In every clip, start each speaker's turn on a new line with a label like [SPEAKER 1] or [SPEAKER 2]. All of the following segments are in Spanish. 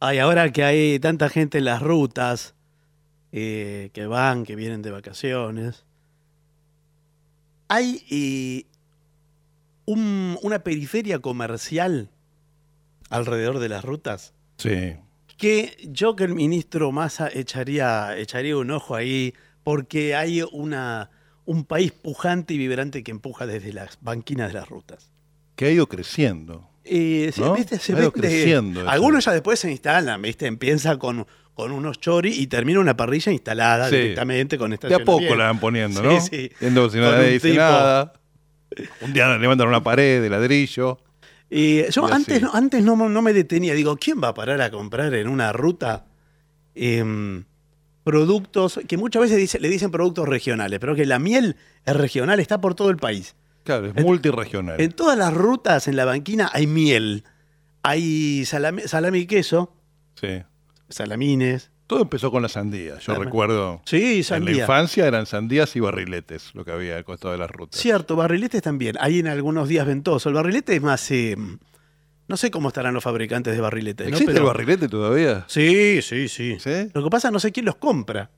[SPEAKER 1] Ay, ahora que hay tanta gente en las rutas, eh, que van, que vienen de vacaciones, hay eh, un- una periferia comercial alrededor de las rutas
[SPEAKER 2] Sí.
[SPEAKER 1] que yo que el ministro Massa echaría, echaría un ojo ahí porque hay una, un país pujante y vibrante que empuja desde las banquinas de las rutas.
[SPEAKER 2] Que ha ido creciendo.
[SPEAKER 1] Eh, se,
[SPEAKER 2] ¿No?
[SPEAKER 1] viste, se
[SPEAKER 2] Ha ido
[SPEAKER 1] vende-
[SPEAKER 2] creciendo eso.
[SPEAKER 1] Algunos ya después se instalan, ¿viste? Empieza con, con unos choris y termina una parrilla instalada
[SPEAKER 2] Sí.
[SPEAKER 1] directamente con
[SPEAKER 2] De a poco
[SPEAKER 1] estacionamiento.
[SPEAKER 2] la van poniendo,
[SPEAKER 1] Sí,
[SPEAKER 2] ¿no?
[SPEAKER 1] sí.
[SPEAKER 2] Viendo si
[SPEAKER 1] Con
[SPEAKER 2] nadie
[SPEAKER 1] un
[SPEAKER 2] dice
[SPEAKER 1] tipo.
[SPEAKER 2] nada. Un día levantan una pared de ladrillo.
[SPEAKER 1] Y
[SPEAKER 2] Y
[SPEAKER 1] yo
[SPEAKER 2] así.
[SPEAKER 1] antes, no, antes no, no me detenía. Digo, ¿quién va a parar a comprar en una ruta em, productos que muchas veces dice- le dicen productos regionales, pero que la miel es regional, está por todo el país.
[SPEAKER 2] Claro, es
[SPEAKER 1] En-
[SPEAKER 2] multiregional.
[SPEAKER 1] En todas las rutas en la banquina hay miel, hay salami, salami y queso,
[SPEAKER 2] sí.
[SPEAKER 1] salamines,
[SPEAKER 2] Todo empezó con las sandías. Yo
[SPEAKER 1] Claro.
[SPEAKER 2] recuerdo.
[SPEAKER 1] sí,
[SPEAKER 2] En la
[SPEAKER 1] Ah, sandía.
[SPEAKER 2] infancia eran sandías y barriletes, lo que había al costado de las rutas.
[SPEAKER 1] Cierto, barriletes también. Hay en algunos días ventoso. El barrilete es más... em, no sé cómo estarán los fabricantes de barriletes. ¿no?
[SPEAKER 2] ¿Existe
[SPEAKER 1] Pero-
[SPEAKER 2] el barrilete todavía?
[SPEAKER 1] Sí, sí, sí.
[SPEAKER 2] ¿Sí?
[SPEAKER 1] Lo que pasa, no sé quién los compra.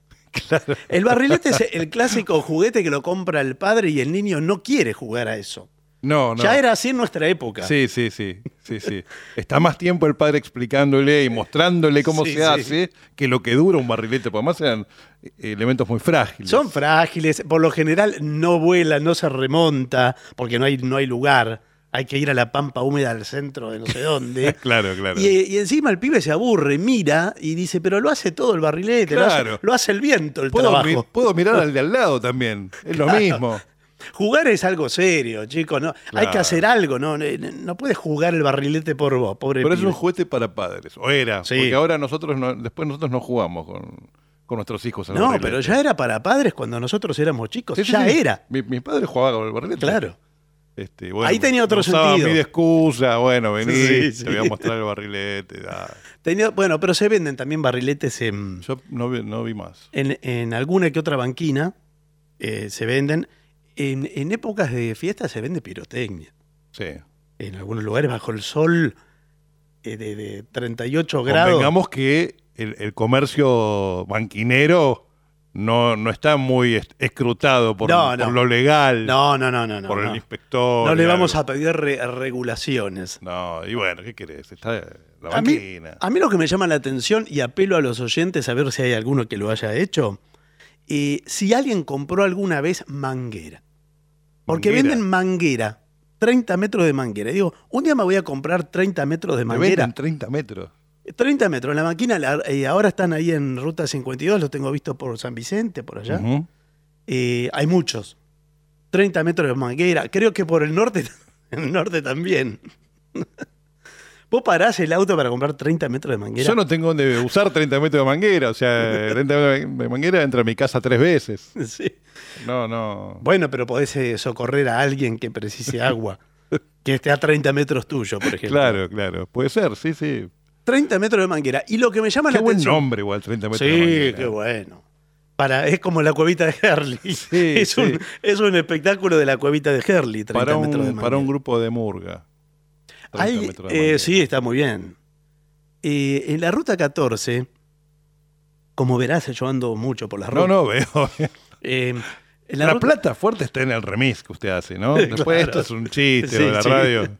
[SPEAKER 1] El barrilete es el clásico juguete que lo compra el padre y el niño no quiere jugar a eso.
[SPEAKER 2] No, no.
[SPEAKER 1] Ya era así en nuestra época.
[SPEAKER 2] Sí, sí, sí, sí, sí. Está más tiempo el padre explicándole y mostrándole cómo
[SPEAKER 1] Sí,
[SPEAKER 2] se
[SPEAKER 1] sí.
[SPEAKER 2] hace que lo que dura un barrilete, porque además eran eh, elementos muy frágiles.
[SPEAKER 1] Son frágiles, por lo general no vuela, no se remonta, porque no hay, no hay lugar. Hay que ir a la pampa húmeda al centro de no sé dónde.
[SPEAKER 2] Claro, claro.
[SPEAKER 1] Y, eh, y encima el pibe se aburre, mira y dice, pero lo hace todo el barrilete, lo hace- lo,
[SPEAKER 2] Claro.
[SPEAKER 1] hace, el viento, el
[SPEAKER 2] puedo,
[SPEAKER 1] trabajo.
[SPEAKER 2] mi- puedo mirar al de al lado también. Es lo mismo.
[SPEAKER 1] Jugar es algo serio, chicos. ¿no? Hay que
[SPEAKER 2] Claro.
[SPEAKER 1] hacer algo, ¿no? No, no puedes jugar el barrilete por vos, pobre
[SPEAKER 2] Pero es
[SPEAKER 1] pibe.
[SPEAKER 2] un juguete para padres. O era.
[SPEAKER 1] Sí.
[SPEAKER 2] Porque ahora nosotros no- después nosotros no jugamos con, con nuestros hijos al
[SPEAKER 1] No,
[SPEAKER 2] barrilete.
[SPEAKER 1] pero ya era para padres cuando nosotros éramos chicos.
[SPEAKER 2] Sí, sí,
[SPEAKER 1] ya
[SPEAKER 2] sí.
[SPEAKER 1] era.
[SPEAKER 2] Mi, mi padre jugaba con el barrilete.
[SPEAKER 1] Claro.
[SPEAKER 2] Este, bueno,
[SPEAKER 1] Ahí tenía otro
[SPEAKER 2] me usaba
[SPEAKER 1] sentido.
[SPEAKER 2] mi de excusa, bueno, vení,
[SPEAKER 1] Sí, sí.
[SPEAKER 2] te voy a mostrar el barrilete. da.
[SPEAKER 1] Tenía- bueno, pero se venden también barriletes en,
[SPEAKER 2] Yo no vi, no vi más.
[SPEAKER 1] en- en alguna que otra banquina. eh, se venden. En, en épocas de fiesta se vende pirotecnia.
[SPEAKER 2] Sí.
[SPEAKER 1] En algunos lugares bajo el sol eh, de, de 38 grados.
[SPEAKER 2] Convengamos que el, el comercio banquinero no, no está muy est- escrutado por,
[SPEAKER 1] No, no.
[SPEAKER 2] por lo legal,
[SPEAKER 1] No, no, no, no. No,
[SPEAKER 2] por el
[SPEAKER 1] no.
[SPEAKER 2] inspector.
[SPEAKER 1] No le
[SPEAKER 2] y
[SPEAKER 1] vamos
[SPEAKER 2] algo.
[SPEAKER 1] a pedir re- regulaciones.
[SPEAKER 2] No, y bueno, ¿qué querés? Está la
[SPEAKER 1] A mí-
[SPEAKER 2] banquina.
[SPEAKER 1] A mí lo que me llama la atención, y apelo a los oyentes a ver si hay alguno que lo haya hecho, eh, si alguien compró alguna vez manguera. Porque
[SPEAKER 2] Manguera.
[SPEAKER 1] venden manguera, 30 metros de manguera. Y digo, un día me voy a comprar 30 metros de
[SPEAKER 2] Me venden
[SPEAKER 1] manguera.
[SPEAKER 2] 30 metros.
[SPEAKER 1] 30 metros, la máquina, la- eh, ahora están ahí en Ruta 52, lo tengo visto por San Vicente, por allá.
[SPEAKER 2] Ujú.
[SPEAKER 1] Eh, hay muchos. 30 metros de manguera. Creo que por el norte, el norte también. Vos parás el auto para comprar 30 metros de manguera.
[SPEAKER 2] Yo no tengo donde usar 30 metros de manguera. O sea, 30 metros de manguera entra a mi casa tres veces.
[SPEAKER 1] Sí.
[SPEAKER 2] No, no.
[SPEAKER 1] Bueno, pero podés eh, socorrer a alguien que precise agua. que esté a 30 metros tuyo, por ejemplo.
[SPEAKER 2] Claro, claro. Puede ser, sí, sí.
[SPEAKER 1] 30 metros de manguera. Y lo que me llama
[SPEAKER 2] Qué
[SPEAKER 1] la
[SPEAKER 2] buen
[SPEAKER 1] atención.
[SPEAKER 2] nombre igual, 30 metros de manguera.
[SPEAKER 1] Sí, qué bueno. Para, es como la cuevita de Herley.
[SPEAKER 2] Sí,
[SPEAKER 1] es, Un,
[SPEAKER 2] sí.
[SPEAKER 1] es un espectáculo de la cuevita de Herley, 30
[SPEAKER 2] Para
[SPEAKER 1] metros de
[SPEAKER 2] un,
[SPEAKER 1] manguera.
[SPEAKER 2] para un grupo de murga. 30
[SPEAKER 1] Hay,
[SPEAKER 2] metros de
[SPEAKER 1] eh,
[SPEAKER 2] manguera.
[SPEAKER 1] sí, está muy bien. Eh, en la ruta 14, como verás, yo ando mucho por las
[SPEAKER 2] No,
[SPEAKER 1] rutas.
[SPEAKER 2] no, veo.
[SPEAKER 1] Eh, en la
[SPEAKER 2] La,
[SPEAKER 1] ruta-
[SPEAKER 2] plata fuerte está en el remix que usted hace, ¿no? Después
[SPEAKER 1] Claro.
[SPEAKER 2] esto es un chiste
[SPEAKER 1] Sí,
[SPEAKER 2] de la
[SPEAKER 1] sí.
[SPEAKER 2] radio.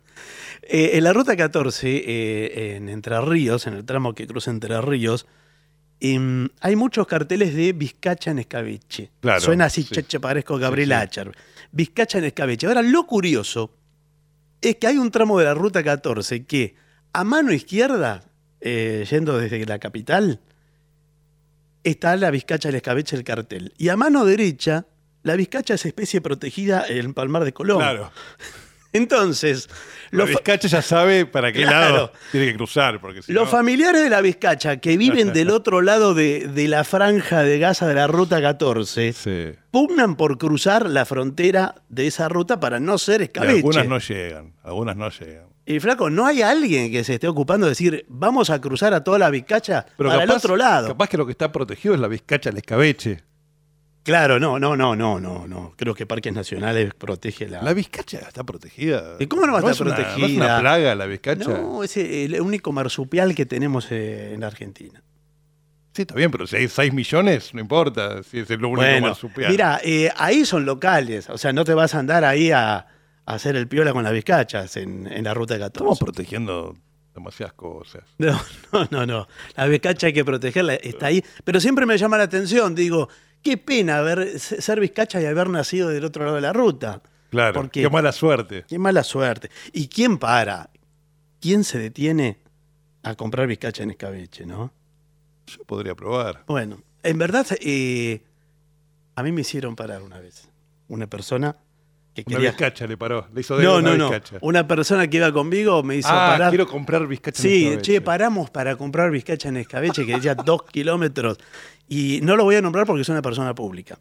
[SPEAKER 1] Eh, en la ruta 14, eh, en Entre Ríos, en el tramo que cruza Entre Ríos, em, hay muchos carteles de Vizcacha en escabeche.
[SPEAKER 2] Claro,
[SPEAKER 1] Suena así,
[SPEAKER 2] sí.
[SPEAKER 1] cheche, parezco Gabriel
[SPEAKER 2] Sí, sí.
[SPEAKER 1] Achar. Vizcacha en escabeche. Ahora, lo curioso es que hay un tramo de la ruta 14 que, a mano izquierda, eh, yendo desde la capital, está la Vizcacha en escabeche, el cartel. Y a mano derecha, la Vizcacha es especie protegida en Palmar de Colón.
[SPEAKER 2] Claro.
[SPEAKER 1] Entonces, los,
[SPEAKER 2] Los
[SPEAKER 1] fa-
[SPEAKER 2] Vizcacha ya sabe para qué
[SPEAKER 1] Claro.
[SPEAKER 2] lado tiene que cruzar. Porque si
[SPEAKER 1] Los
[SPEAKER 2] no-
[SPEAKER 1] familiares de la Vizcacha que viven del otro lado de, de la franja de Gaza de la Ruta 14
[SPEAKER 2] Sí.
[SPEAKER 1] pugnan por cruzar la frontera de esa ruta para no ser
[SPEAKER 2] Y
[SPEAKER 1] escabeche.
[SPEAKER 2] algunas no llegan. Algunas no llegan.
[SPEAKER 1] Y flaco, no hay alguien que se esté ocupando de decir vamos a cruzar a toda la Vizcacha
[SPEAKER 2] Pero
[SPEAKER 1] para el
[SPEAKER 2] capaz-
[SPEAKER 1] otro lado.
[SPEAKER 2] Capaz que lo que está protegido es la Vizcacha al escabeche.
[SPEAKER 1] Claro, no, no, no, no, no, no. Creo que Parques Nacionales protege la.
[SPEAKER 2] La vizcacha está protegida.
[SPEAKER 1] Ah. ¿Y cómo no va a estar
[SPEAKER 2] es una- no es
[SPEAKER 1] protegida?
[SPEAKER 2] una plaga la vizcacha.
[SPEAKER 1] no, es el único marsupial que tenemos eh, en Argentina.
[SPEAKER 2] Sí, está bien, pero si hay 6 millones, no importa. Si es el único
[SPEAKER 1] Bueno,
[SPEAKER 2] marsupial.
[SPEAKER 1] mira, eh, ahí son locales. O sea, no te vas a andar ahí a, a hacer el piola con las vizcachas en, en la ruta
[SPEAKER 2] Estamos
[SPEAKER 1] 14.
[SPEAKER 2] protegiendo demasiadas cosas.
[SPEAKER 1] No, no, no, no. La vizcacha hay que protegerla, está ahí. Pero siempre me llama la atención, digo, qué pena haber, ser vizcacha y haber nacido del otro lado de la ruta.
[SPEAKER 2] Claro,
[SPEAKER 1] ¿Por qué?
[SPEAKER 2] qué mala suerte.
[SPEAKER 1] Qué mala suerte. ¿Y quién para? ¿Quién se detiene a comprar vizcacha en escabeche, no?
[SPEAKER 2] Yo podría probar.
[SPEAKER 1] Bueno, en verdad, eh, a mí me hicieron parar una vez. Una persona que
[SPEAKER 2] Una
[SPEAKER 1] quería.
[SPEAKER 2] vizcacha le paró, le hizo de
[SPEAKER 1] No,
[SPEAKER 2] una
[SPEAKER 1] no, no.
[SPEAKER 2] vizcacha.
[SPEAKER 1] Una persona que iba conmigo me hizo
[SPEAKER 2] ah,
[SPEAKER 1] parar.
[SPEAKER 2] quiero comprar vizcacha. en
[SPEAKER 1] Sí,
[SPEAKER 2] escabeche.
[SPEAKER 1] che, paramos para comprar vizcacha en escabeche, que ya dos kilómetros. Y no lo voy a nombrar porque es una persona pública.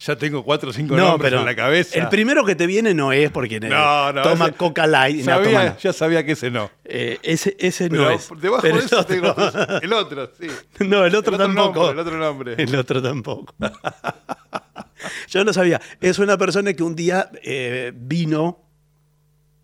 [SPEAKER 2] Ya tengo cuatro o cinco
[SPEAKER 1] No,
[SPEAKER 2] nombres
[SPEAKER 1] pero
[SPEAKER 2] en la cabeza.
[SPEAKER 1] el primero que te viene no es porque eh,
[SPEAKER 2] No, no,
[SPEAKER 1] toma
[SPEAKER 2] ese-
[SPEAKER 1] Coca Light. no,
[SPEAKER 2] Sabía-
[SPEAKER 1] toma no.
[SPEAKER 2] Ya sabía que ese no.
[SPEAKER 1] Eh, ese, ese
[SPEAKER 2] Pero
[SPEAKER 1] no es.
[SPEAKER 2] debajo
[SPEAKER 1] Pero
[SPEAKER 2] de
[SPEAKER 1] el
[SPEAKER 2] eso
[SPEAKER 1] otro-
[SPEAKER 2] tengo otro- el otro, sí.
[SPEAKER 1] No, el otro,
[SPEAKER 2] el otro
[SPEAKER 1] tampoco.
[SPEAKER 2] nombre, el otro nombre.
[SPEAKER 1] El otro tampoco. Yo no sabía. Es una persona que un día eh, vino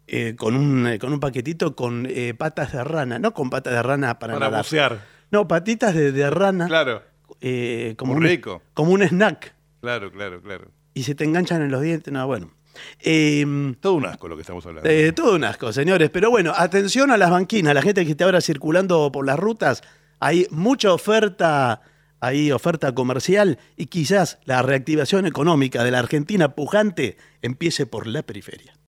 [SPEAKER 1] eh, con, un, eh, con un paquetito con eh, patas de rana. No con patas de rana para,
[SPEAKER 2] Para
[SPEAKER 1] nadar.
[SPEAKER 2] bucear.
[SPEAKER 1] No, patitas de, de rana.
[SPEAKER 2] Claro,
[SPEAKER 1] eh, como,
[SPEAKER 2] Muy
[SPEAKER 1] un,
[SPEAKER 2] rico.
[SPEAKER 1] como un snack.
[SPEAKER 2] claro, claro, claro.
[SPEAKER 1] Y se te enganchan en los dientes. No, bueno. Eh,
[SPEAKER 2] Todo un asco lo que estamos hablando.
[SPEAKER 1] eh, todo un asco, señores. Pero bueno, atención a las banquinas, la gente que está ahora circulando por las rutas. Hay mucha oferta, hay oferta comercial y quizás la reactivación económica de la Argentina pujante empiece por la periferia.